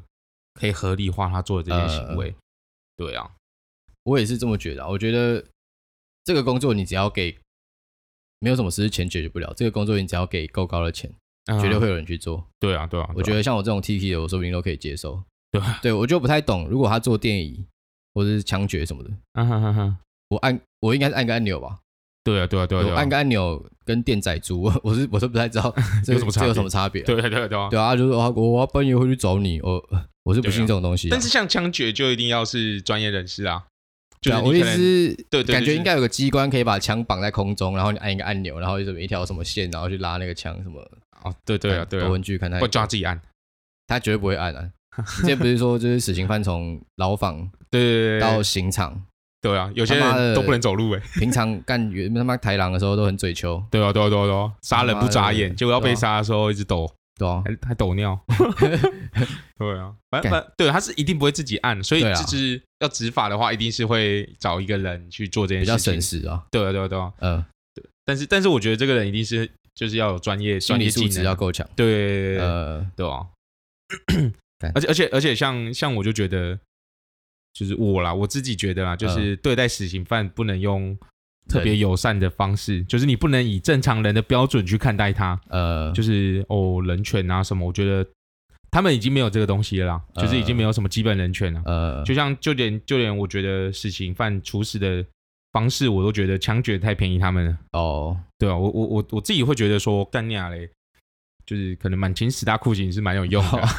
B: 可以合理化他做的这些行
A: 呃
B: 为。对啊，
A: 我也是这么觉得啊、我觉得这个工作你只要给，没有什么事是钱解决不了。这个工作你只要给够高的钱，
B: 嗯
A: 绝对会有人去做。
B: 对啊，对啊，
A: 我觉得像我这种 T T 的，我说不定都可以接受。
B: 对啊，
A: 对我就不太懂，如果他做电椅或者是枪决什么的，
B: 啊哈哈哈，
A: 我按我应该是按个按钮吧，
B: 对啊，对啊，对啊，对
A: 我
B: 啊，
A: 按个按钮跟电宰猪， 我我是我是不太知 道这
B: 有
A: 个
B: 什么差
A: 这
B: 别
A: 有什么差别啊、
B: 对啊，对啊，对啊。
A: 对啊，就是我我要半夜会去找你，我我是不信
B: 对啊
A: 这种东西、啊。
B: 但是像枪决就一定要是专业人士啊，就
A: 对
B: 是
A: 啊，
B: 你
A: 我意
B: 可
A: 思
B: 能
A: 是，
B: 对对
A: 感
B: 就
A: 觉
B: 是
A: 应该有个机关可以把枪绑在空中，然后你按一个按钮，然后有什么一条什么线，然后去拉那个枪什么。
B: 哦，对对啊
A: 看
B: 对
A: 多
B: 啊，
A: 文具看他
B: 不，叫他自己按，
A: 他绝对不会按 啊。之前不是说就是死刑犯从牢房
B: 对对对
A: 到
B: 对
A: 刑场，
B: 对啊，有些
A: 他妈
B: 人
A: 的
B: 都不能走路哎，
A: 平常干原他妈抬狼的时候都很嘴求，
B: 对啊对啊对啊对啊，杀人
A: 他妈
B: 不
A: 的
B: 眨眼，结果要
A: 对
B: 被
A: 啊
B: 杀的时候一直抖，
A: 对啊
B: 还 还抖 尿，对啊，反
A: 干
B: 正反正对，他是一定不会自己按，所以
A: 对啊
B: 就是要执法的话，一定是会找一个人去做这
A: 比
B: 件
A: 较
B: 事
A: 省
B: 情，
A: 时啊。
B: 对啊对啊对啊，
A: 嗯，
B: 但是但是我觉得这个人一定是就是要有专业
A: 心
B: 专
A: 理
B: 业
A: 素
B: 技
A: 质
B: 能
A: 要，够强。
B: 对啊对对对
A: 呃，
B: 对啊
A: 干，
B: 而且而且而且像像我就觉得，就是我啦，我自己觉得啦，
A: 嗯
B: 就是对待死刑犯不能用特别
A: 人
B: 友善的方式，就是你不能以正常人的标准去看待他，
A: 呃，
B: 就是哦人权啊什么，我觉得他们已经没有这个东西了啦，
A: 呃嗯
B: 就是已经没有什么基本人权了。
A: 呃，
B: 就像就连就连我觉得死刑犯处死的方式，我都觉得枪决太便宜他们了。
A: 哦，
B: 对啊，我我我我自己会觉得说干你啊嘞，就是可能满清十大酷刑是蛮有用
A: 哦
B: 的。啊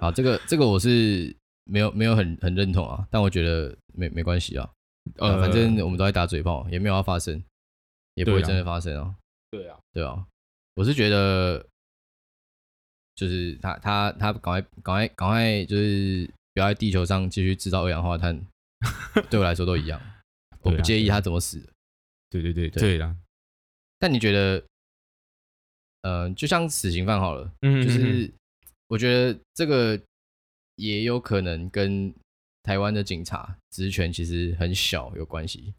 A: 好，这个这个我是没有没有很很认同啊，但我觉得没没关系啊，呃，反正我们都在打嘴炮，也没有要发生，也不会
B: 对啊
A: 真的发生啊，
B: 对啊，
A: 对啊，我是觉得就是他他他赶快赶快赶快就是不要在地球上继续制造二氧化碳，对我来说都一 样，我
B: 对
A: 不
B: 啊
A: 介意
B: 对啊
A: 他怎么死，
B: 对对对
A: 对
B: 对啦，
A: 但你觉得，呃，就像死刑犯好了，
B: 嗯
A: 就
B: 嗯嗯
A: 是我觉得这个也有可能跟台湾的警察职权其实很小有关系。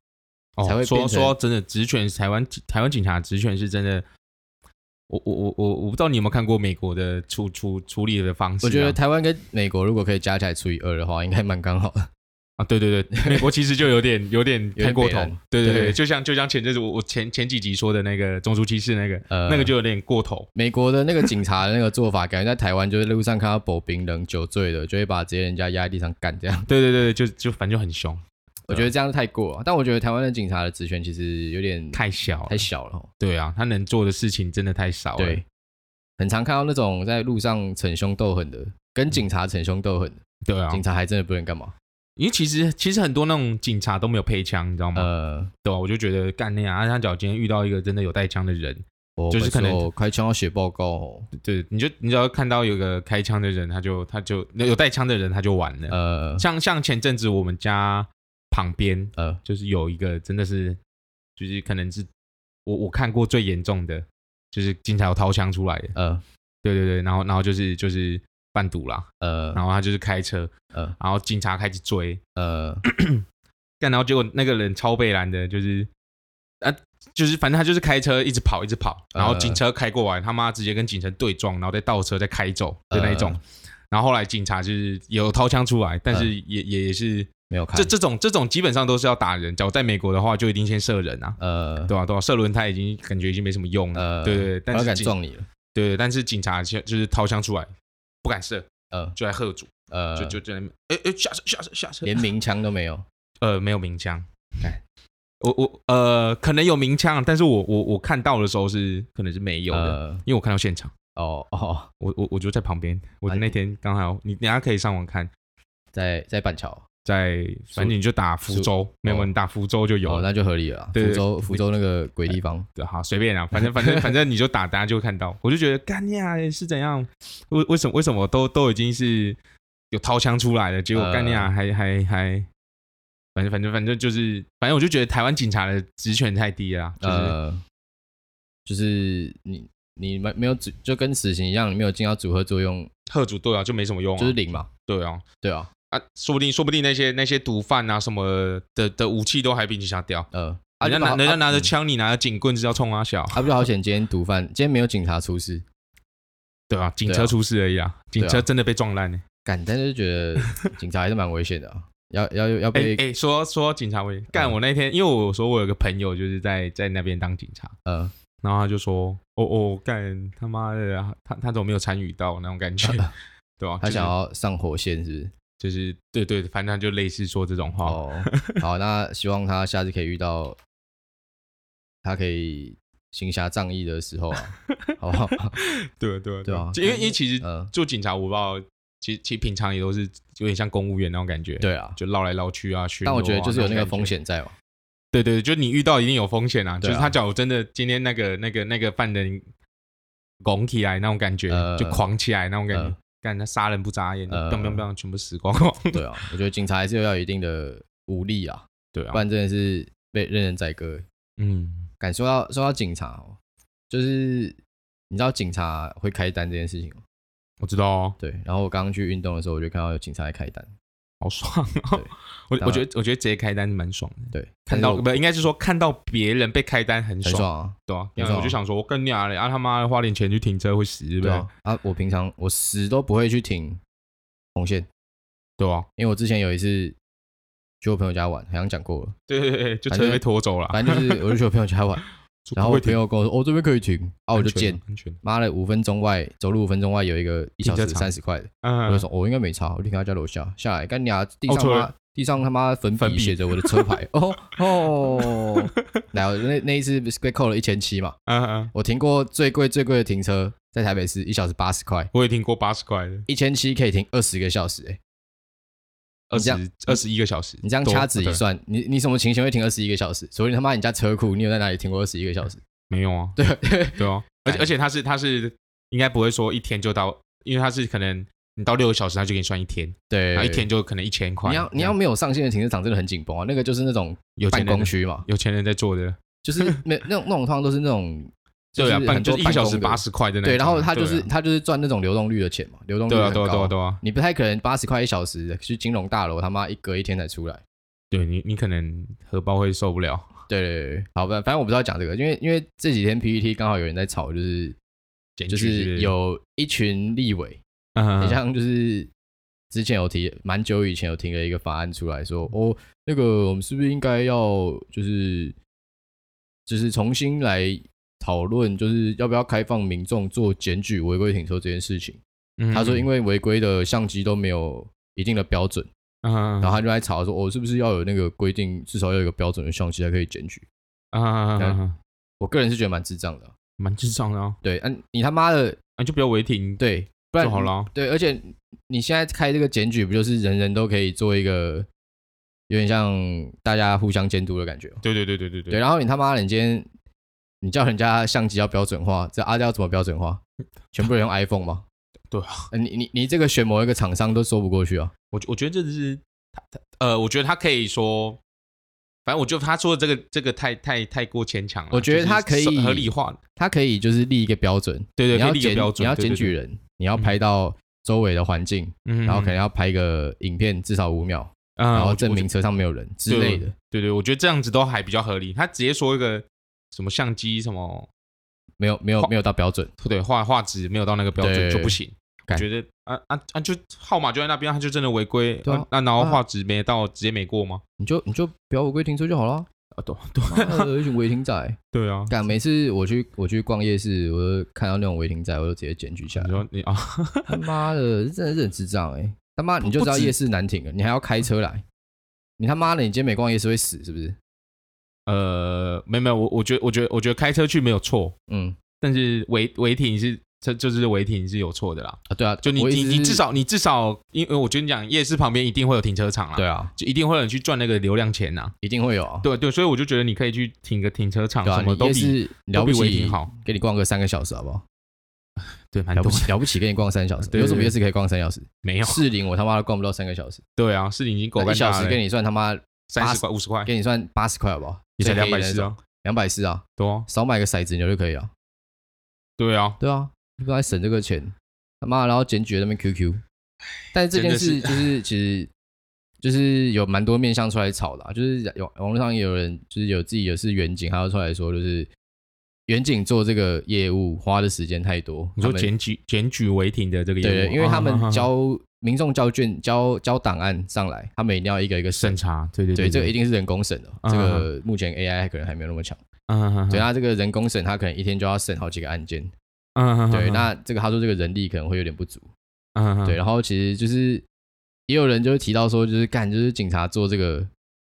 B: 哦
A: 才会
B: 说
A: 变成
B: 说真的，职权台湾台湾警察职权是真的，我我我我我不知道你有没有看过美国的处处处理的方式啊、
A: 我觉得台湾跟美国如果可以加起来除以二的话，应该蛮刚好的。
B: 啊，对 对对，美国其实就有点有点
A: 点
B: 太过头
A: 北兰，
B: 对对对，
A: 对
B: 就像就像前阵子我我前前几集说的那个中枢骑士那个，
A: 呃
B: 那个就有点过头，
A: 美国的那个警察的那个做法，感觉在台湾就是路上看到保冰人酒醉了，就会把直接人家压在地上干这样。
B: 对对对，就就反正就很凶，
A: 我
B: 啊
A: 觉得这样太过了，但我觉得台湾的警察的职权其实有点
B: 太小了
A: 太，小了哦。
B: 对啊，他能做的事情真的太少了，
A: 对，很常看到那种在路上逞凶斗狠的，跟警察逞凶斗狠的，
B: 对啊，
A: 警察还真的不能干嘛。
B: 因为其实其实很多那种警察都没有配枪，你知道吗？
A: 呃，
B: 对啊，我就觉得干那样，啊他假如今天遇到一个真的有带枪的人，
A: 我
B: 就是可能
A: 我开枪要写报告哦。
B: 对，你就你只要看到有个开枪的人，他就他就有带枪的人他就完了，
A: 呃
B: 像像前阵子我们家旁边
A: 呃，
B: 就是有一个真的是，就是可能是我我看过最严重的，就是警察有掏枪出来的，
A: 呃
B: 对对对，然后然后就是就是贩毒啦，
A: 呃
B: 然后他就是开车，
A: 呃
B: 然后警察开始追，
A: 呃，
B: 干，然后结果那个人超被拦的，就是啊，就是反正他就是开车一直跑一直跑，然后
A: 呃
B: 警车开过来，他妈直接跟警车对撞，然后再倒车再开走的
A: 呃
B: 那一种。然后后来警察就是有掏枪出来，但
A: 呃
B: 是也、也也是
A: 没有看
B: 这这种这种基本上都是要打人，假如在美国的话，就一定先射人啊，
A: 呃
B: 对吧、对吧、射轮胎已经感觉已经没什么用了，
A: 呃，
B: 对对对，但
A: 我要
B: 是
A: 敢
B: 警
A: 撞你了。
B: 对对，但是警察就就是掏枪出来，不敢射，
A: 呃
B: 就在喝阻，
A: 呃，
B: 就就就在那边，哎哎下车下车下车，
A: 连哎鸣枪都没有。
B: 呃没有鸣枪，我我呃可能有鸣枪，但是我我我看到的时候是可能是没 有的，
A: 呃
B: 因为我看到现场，
A: 哦哦，
B: 我我我就在旁边，我
A: 啊
B: 那天刚好你等一下可以上网看，
A: 在在板桥，
B: 在反正你就打福
A: 苏
B: 州，没有
A: 哦
B: 你打福州就有
A: 哦
B: 了。
A: 那就合理了啊。
B: 对
A: 福
B: 对
A: 州福州那个鬼地方，
B: 对，好，随便啊，反正反正反正你就打，大家就会看到。我就觉得干呀是怎样？为为什么为什么都都已经是有掏枪出来了，结果
A: 呃
B: 干呀还还还，反正反正反正就是，反正我就觉得台湾警察的职权太低了啊，就是、
A: 呃，就是你你没没有组就跟死刑一样，你没有尽到组合作用，
B: 特组队啊就没什么用啊，
A: 就是零嘛。
B: 对啊
A: 对啊，
B: 啊，说不定说不定那些那些毒贩啊什么的的武器都还比警察屌。
A: 呃，啊
B: 人家
A: 就把
B: 拿人家拿着
A: 啊
B: 枪，你拿着警棍，是要冲啊小，
A: 啊，不就好险！今天毒贩，今天没有警察出事，
B: 对啊，警
A: 对啊
B: 车出事而已啊，警
A: 对
B: 车
A: 啊
B: 真的被撞烂了。
A: 干，但是觉 得警察还是蛮危险的、啊，要要要
B: 哎哎、
A: 被、
B: 说说警察危险，干
A: 嗯
B: 我那天，因为我说我有个朋友就是在在那边当警察，
A: 呃
B: 然后他就说，哦哦，干他妈的，他他怎么没有参与到那种感 觉，对吧、
A: 他想要上火线是不是？
B: 就是、就是、对对，反正他就类似说这种话，
A: 哦，好，那希望他下次可以遇到，他可以行侠仗义的时候啊，好不好？
B: 对对
A: 对啊
B: 因为因为其实
A: 嗯
B: 做警察，我不知道，其实其实平常也都是有点像公务员那种感觉，，
A: 对啊，
B: 就绕来绕去啊，巡逻啊
A: 但我觉得就是有那个风，
B: 种感觉
A: 险在嘛，
B: 对对，就你遇到一定有风险啊，就
A: 对啊
B: 是他假如真的今天那个那个那个犯人拱起来那种感觉，
A: 呃
B: 就狂起来那种感觉
A: 呃，
B: 干、他杀人不眨眼，
A: 呃
B: 砰砰砰，全部死光光。
A: 对啊，我觉得警察还是要有一定的武力啊，
B: 对
A: 不
B: 啊，
A: 然真的是被任人宰割。
B: 嗯，
A: 敢说到说到警察哦，就是你知道警察会开单这件事情吗？
B: 我知道哦，
A: 对，然后我刚刚去运动的时候，我就看到有警察在开单。
B: 好爽哦
A: 对。
B: 我
A: 当然
B: 我觉得我觉得直接开单是蛮爽
A: 对，
B: 的，看
A: 但
B: 到
A: 是我
B: 不应该是说看到别人被开单很
A: 很
B: 爽，
A: 爽啊，
B: 对啊，
A: 很
B: 因
A: 爽
B: 为我就想说，我跟你啊嘞，啊他妈的花点钱去停车会死，对不
A: 对
B: 对？
A: 啊。啊，我平常我死都不会去停红线，
B: 对啊，
A: 因为我之前有一次去我朋友家玩，好像讲过了，
B: 对对对，就
A: 反
B: 车
A: 正
B: 被拖走了，
A: 反 正就是我就去我朋友家玩，
B: 就
A: 然后
B: 啊不
A: 我
B: 会
A: 朋
B: 停，
A: 友跟我说，哦这边可以停，啊我就
B: 安全
A: 见，
B: 安全，
A: 妈的五分钟外走路五分钟外有一个一小
B: 停
A: 时
B: 车场
A: 三十块的，我就哦
B: 嗯，
A: 说我应该没差，我就停他家楼下下来，干你啊地
B: 哦
A: 上
B: 错了
A: 妈地地上他妈粉
B: 粉
A: 笔
B: 笔
A: 写着我的车 牌，哦哦，然后那那一次不是被扣了一千七嘛，
B: 啊啊！
A: 我停过最贵最贵的停车在台北市一小时八十块，
B: 我也听过八十块的，
A: 一千七可以停二十个小时、欸，
B: 二
A: 你这
B: 十
A: 样
B: 二十一个小时多，
A: 你这样掐指
B: 对
A: 一算，你你什么情形会停二十一个小时？所以他妈你家车库，你有在哪里停过二十一个小时？
B: 没有啊？
A: 对，
B: 对哦，而且
A: 干
B: 而且他是他是应该不会说一天就到，因为他是可能你到六个小时他就给你算一天，
A: 对，
B: 然后一天就可能一千块。
A: 你要你要没有上限的停车场真的很紧绷啊，那个就是那种
B: 有
A: 办
B: 钱
A: 公
B: 人
A: 区嘛，
B: 有钱人在做的，
A: 就是没那种那种通常都是那种
B: 对啊，
A: 是
B: 办
A: 很
B: 就
A: 多
B: 是一个小
A: 办
B: 时
A: 公的
B: 八十块的那种。
A: 对，然后他就是
B: 对啊
A: 他就是赚那种流动率的钱嘛，流动率
B: 对啊
A: 很
B: 对啊对
A: 高
B: 啊
A: 啊。
B: 对啊，
A: 你不太可能八十块一小时去金融大楼，他妈一隔一天才出来。
B: 对你你可能荷包会受不了。
A: 对对对，对好吧，反正我不知道讲这个，因为因为这几天 PPT 刚好有人在吵，就是
B: 检举
A: 就是
B: 不
A: 是
B: 是
A: 有一群立委，
B: 嗯
A: 很像就是之前有提，蛮久以前有提了一个法案出来说，哦，那个我们是不是应该要就是就是重新来讨论，就是要不要开放民众做检举违规停车这件事情？他说，因
B: 为
A: 为违规的相机都没有一定的标准，
B: 然
A: 然后他就在吵说，哦，是不是要有那个规定，至少要有一个标准的相机才可以检举？
B: 啊
A: 我个人是觉得蛮智障的啊，
B: 蛮智障的啊，
A: 对，嗯、啊，你他妈的
B: 啊就不要违停
A: 对，不然
B: 就好了啊。
A: 对，而且你现在开这个检举，不就是人人都可以做一个，有点像大家互相监督的感觉吗？
B: 对对对对对
A: 对，，然后你他妈的，你今天你叫人家相机要标准化，这阿、啊、要怎么标准化？全部人用 iPhone 吗？
B: 嗯对啊
A: 呃，你你你这个选某一个厂商都说不过去啊。
B: 我我觉得这只是他他呃，我觉得他可以说，反正我觉得他说的这个这个太太太过牵强了。
A: 我觉得
B: 就是
A: 他可以
B: 是合理化，
A: 他可以就是立一个标准，
B: 对对，
A: 你要
B: 可以立一
A: 检
B: 个标准，
A: 你要
B: 对
A: 检举，人，你要拍到周围的环境，
B: 对对嗯，
A: 然后可能要拍个影片至少五秒，
B: 嗯
A: 然
B: 我
A: 后
B: 我
A: 证明车上没有人之类的。
B: 对对，我觉得这样子都还比较合理。他直接说一个什么相机什么
A: 没有没有没有到标准，
B: 对画画质没有到那个标准
A: 对
B: 就不行。我
A: 干
B: 觉得啊啊啊，就号码就在那边，他就真的违规。
A: 对啊
B: 那那然后
A: 啊
B: 画质没到，直接没过吗？
A: 你就你就不要违规停车就好 了。
B: 啊，对对
A: 妈的有一群违停仔，
B: 对啊。
A: 干每次我去我去逛夜市，我就看到那种违停仔，我就直接检举下
B: 你
A: 来。
B: 说你啊，
A: 他妈的，这真的是很智障哎、他妈你就知道
B: 不止
A: 夜市难停了，你还要开车来，你他妈的，你今天没逛夜市会死是不是？
B: 呃，没有没有，我我觉得我觉得我觉得开车去没有错，
A: 嗯
B: 但是违违停是这就是违停是有错的啦。
A: 啊，对啊，
B: 就你
A: 我一
B: 你
A: 直
B: 你至
A: 是
B: 少你至少，因为我觉得你讲夜市旁边一定会有停车场啦，
A: 对，啊，
B: 就一定会有人去赚那个流量钱呐、
A: 一定会有啊，
B: 对对，所以我就觉得你可以去停个停车场，
A: 对啊，
B: 什么
A: 你
B: 都
A: 夜
B: 比
A: 市了
B: 都
A: 不
B: 比违
A: 起
B: 停，好，
A: 给你逛个三个小时好不好？
B: 对，蛮
A: 了不
B: 多
A: 起了不起，给你逛三小时，
B: 对对
A: 有什么
B: 对
A: 夜市可以逛三小时？
B: 没有，
A: 士林我他妈的逛不到三个小时，
B: 对啊，是你已经狗
A: 一
B: 干
A: 小
B: 大
A: 时
B: 了
A: 给，你算他妈
B: 三十块五十块，
A: 给你算八十块好不好？
B: 也才
A: 最
B: 两
A: 黑的
B: 百
A: 那
B: 四
A: 种，
B: 啊，
A: 两百四啊，
B: 对啊，
A: 少买个骰子牛就可以了。
B: 对啊，
A: 对啊，你不来省这个钱，他妈的然后检举在那边 QQ。但是这件事
B: 真的
A: 就是其实就是有蛮多面向出来吵的、啊，就是有网络上也有人就是有自己也是远景，还要出来说就是远景做这个业务花的时间太多。
B: 你
A: 他
B: 说
A: 们
B: 检举检举违停的这个业务，
A: 对，因为
B: 啊
A: 他
B: 啊啊
A: 们
B: 啊
A: 交民众交卷交交档案上来，他们一定要一个一个审
B: 审。查，对对
A: 对，这个一
B: 对，
A: 定是人工审的，
B: 啊
A: 这个目前 AI 可能还没有那么强。
B: 嗯
A: 对，那这个人工审，他可能一天就要审好几个案件。
B: 嗯
A: 对，那这个他说这个人力可能会有点不足。
B: 嗯
A: 对，然后其实就是也有人就是提到说，就是干就是警察做这个，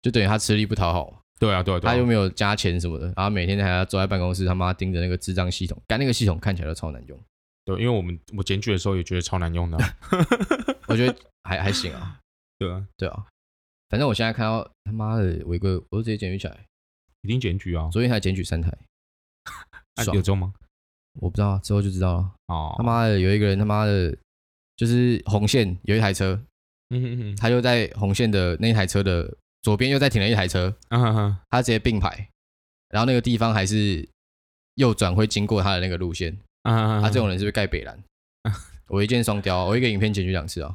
A: 就等于他吃力不讨好嘛，
B: 对啊对啊，对啊
A: 他又没有加钱什么的，然后每天还要坐在办公室他妈盯着那个智障系统，干那个系统看起来都超难用，
B: 对，因为我们我检举的时候也觉得超难用的啊，
A: 我觉得还 还行啊，
B: 对啊，
A: 对啊，反正我现在看到他妈的违规，我都直接检举起来，
B: 一定检举啊，
A: 昨天还检举三台，
B: 啊
A: 爽
B: 有中吗？
A: 我不知道啊之后就知道了，
B: 哦，
A: 他妈的有一个人他妈的。就是红线有一台车，
B: 嗯，嗯嗯
A: 他又在红线的那台车的左边又再停了一台车，
B: 嗯哼哼，
A: 他直接并排，然后那个地方还是右转会经过他的那个路线。
B: 啊
A: 他、这种人是不是盖北兰？
B: 嗯
A: 我一箭双雕啊，我一个影片检举两次啊。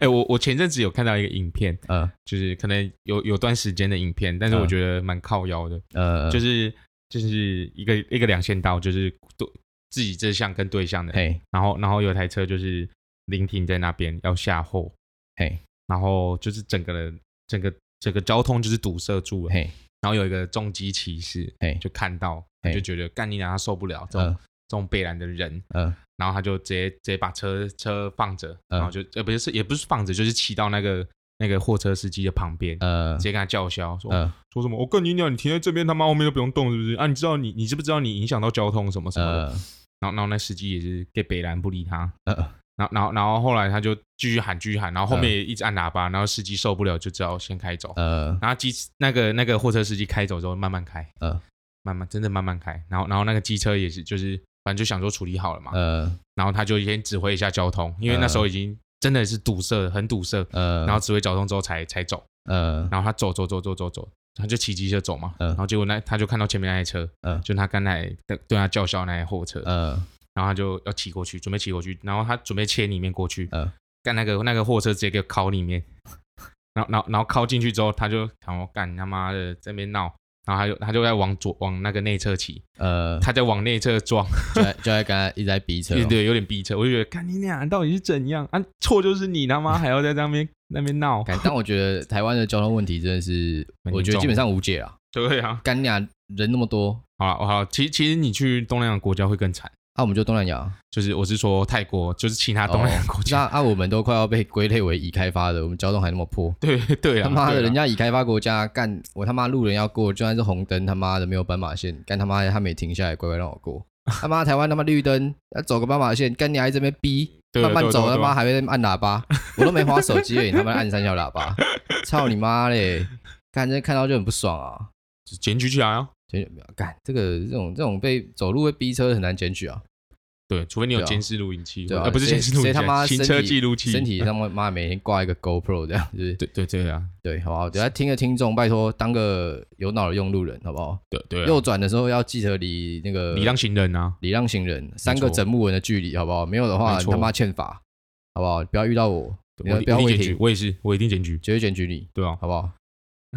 B: 哎、我我前阵子有看到一个影片，
A: 嗯
B: 就是可能有有段时间的影片，但是
A: 嗯
B: 我觉得蛮靠腰的，
A: 呃，
B: 就是是就是一个一个两线道，就是对自己这项跟对象的，
A: 嘿
B: 然后然后有一台车就是临停在那边要下后，
A: 嘿
B: 然后就是整个人整个整个交通就是堵塞住了，
A: 嘿
B: 然后有一个重机骑士
A: 嘿，
B: 就看到
A: 嘿
B: 就觉得干你娘他受不了这种、
A: 嗯
B: 这种北兰的人，
A: 嗯
B: 然后他就直接直接把车车放着，
A: 嗯
B: 然后就呃不是也不是放着，就是骑到那个那个货车司机的旁边，
A: 呃
B: 直接跟他叫嚣说、
A: 呃
B: 说什么：“我、跟你讲，你停在这边，他妈后面都不用动，是不是？啊，你知道你你知不知道你影响到交通什么什么的？”
A: 呃
B: 然后然后那司机也是给北兰不理他，
A: 呃，
B: 然后然后然后后来他就继续喊继续喊，然后后面
A: 嗯
B: 也一直按喇叭，然后司机受不了就只好先开走。
A: 呃，
B: 然后机那个那个货车司机开走之后慢慢开，
A: 嗯
B: 慢慢真的慢慢开。然后然后那个机车也是就是反正就想说处理好了嘛，
A: 呃，
B: 然后他就先指挥一下交通，因为
A: 嗯
B: 那时候已经真的是堵塞很堵塞，
A: 呃，
B: 然后指挥交通之后才才走。
A: 呃，
B: 然后他走走走走走走，他就骑机车走嘛，
A: 嗯
B: 然后结果那他就看到前面那台车，
A: 嗯
B: 就他刚才对对他叫嚣那台货车，
A: 呃，
B: 然后他就要骑过去，准备骑过去，然后他准备切里面过去，
A: 嗯
B: 干那个那个货车直接给我靠里面，然后然后然后靠进去之后，他就想我干你他妈的这边闹，然后他就他就在往左往那个内侧骑，
A: 呃，
B: 他在往内侧撞，
A: 就在就在跟他一直在逼车哦，
B: 对，有点逼车，我就觉得干你俩到底是怎样啊？错就是你他妈还要在那边那边闹，
A: 干但我觉得台湾的交通问题真的是，
B: 很
A: 我觉得
B: 严重
A: 基本上无解啊。
B: 对啊，
A: 干俩人那么多，
B: 好了好了，其实其实你去东南亚国家会更惨。
A: 啊，我们就东南亚，
B: 就是我是说泰国，就是其他东南亚国
A: 那
B: 家。
A: 啊，我们都快要被归类为已开发的，我们交通还那么破。
B: 对对啊，
A: 他妈
B: 对
A: 的，
B: 啊
A: 人家已开发国家干我他妈路人要过，就算是红灯，他妈的没有斑马线，干他妈的他们也停下来乖乖让我过。他妈台湾他妈绿灯，要走个斑马线，干你还这边逼，
B: 对啊
A: 慢慢
B: 对
A: 走
B: 对
A: 他
B: 对
A: 妈还会按喇叭，我都没滑手机而已，他妈按三小喇 叭，操你妈嘞！干这看到就很不爽啊！
B: 检举起来啊。
A: 就干这个这种这种被走路会逼车的很难检举啊，
B: 对，除非你有
A: 对啊
B: 监视录音器，
A: 对吧、
B: 呃不是
A: 谁
B: 监视录
A: 谁
B: 音
A: 他妈
B: 器，行车
A: 身体
B: 记录器。
A: 身体上面妈每天挂一个 GoPro 这样，是不是？
B: 对对对啊，
A: 对，好不好？等下听的听众，拜托当个有脑的用路人，好不好？
B: 对对啊，
A: 右转的时候要记得离那个
B: 礼让行人啊，
A: 礼让行人三个
B: 没错
A: 整木人的距离，好不好？没有的话，
B: 没
A: 你
B: 错
A: 他妈欠罚，好不好？不要遇到我，你
B: 我
A: 要
B: 一
A: 不要
B: 我
A: 违
B: 一定检举，
A: 停，
B: 我也是，我一定检举。
A: 绝对检举你，
B: 对啊，
A: 好不好？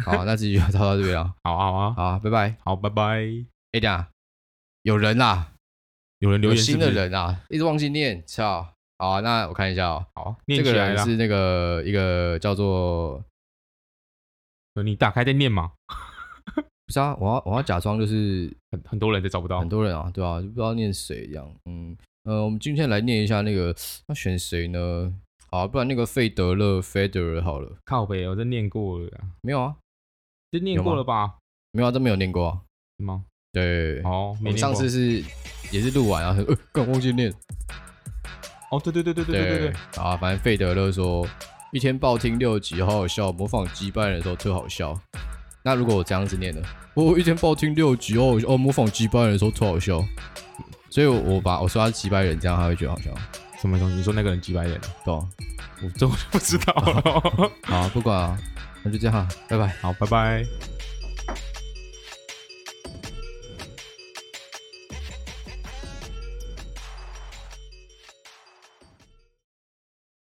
A: 好，那这集就到到这边了，
B: 好啊好啊，
A: 好啊，拜拜。
B: 好，拜拜。
A: 哎、等下有人啦、
B: 有人留
A: 有
B: 言
A: 新
B: 是不
A: 的
B: 是？
A: 人啊，一直忘记念，操！好啊，那我看一下哦，
B: 好啊，
A: 这
B: 念起
A: 个
B: 来
A: 人
B: 了。
A: 是那个一个叫做
B: 你打开再念嘛，
A: 不是啊，我要我要假装就是
B: 很很多人都找不到
A: 很。多人啊，对啊，就不知道念谁这样。嗯，呃，我们今天来念一下那个要选谁呢？好啊、不然那个费德勒 （Federer） 好了，
B: 靠北，我这念过了啊，
A: 没有啊，
B: 这念
A: 有吗
B: 过了吧？
A: 没有啊，都没有念过啊。
B: 是吗？
A: 对，
B: 哦，
A: 我
B: 没
A: 们
B: 念
A: 上
B: 过
A: 次是也是录完啊，呃，刚忘记念。
B: 哦，对对对对对对对对，
A: 啊，反正费德勒说一天爆听六集，好好笑，模仿击败人的时候特好笑。那如果我这样子念呢？我一天爆听六集，哦哦，模仿击败人的时候特好笑。所以我，我把我说他是击败人，这样他会觉得好笑，
B: 什么东西？你说那个人几百人？啊
A: 懂吗？
B: 我这我就不知道了。
A: 好，不管啊，那就这样啊，拜拜。
B: 好，拜拜。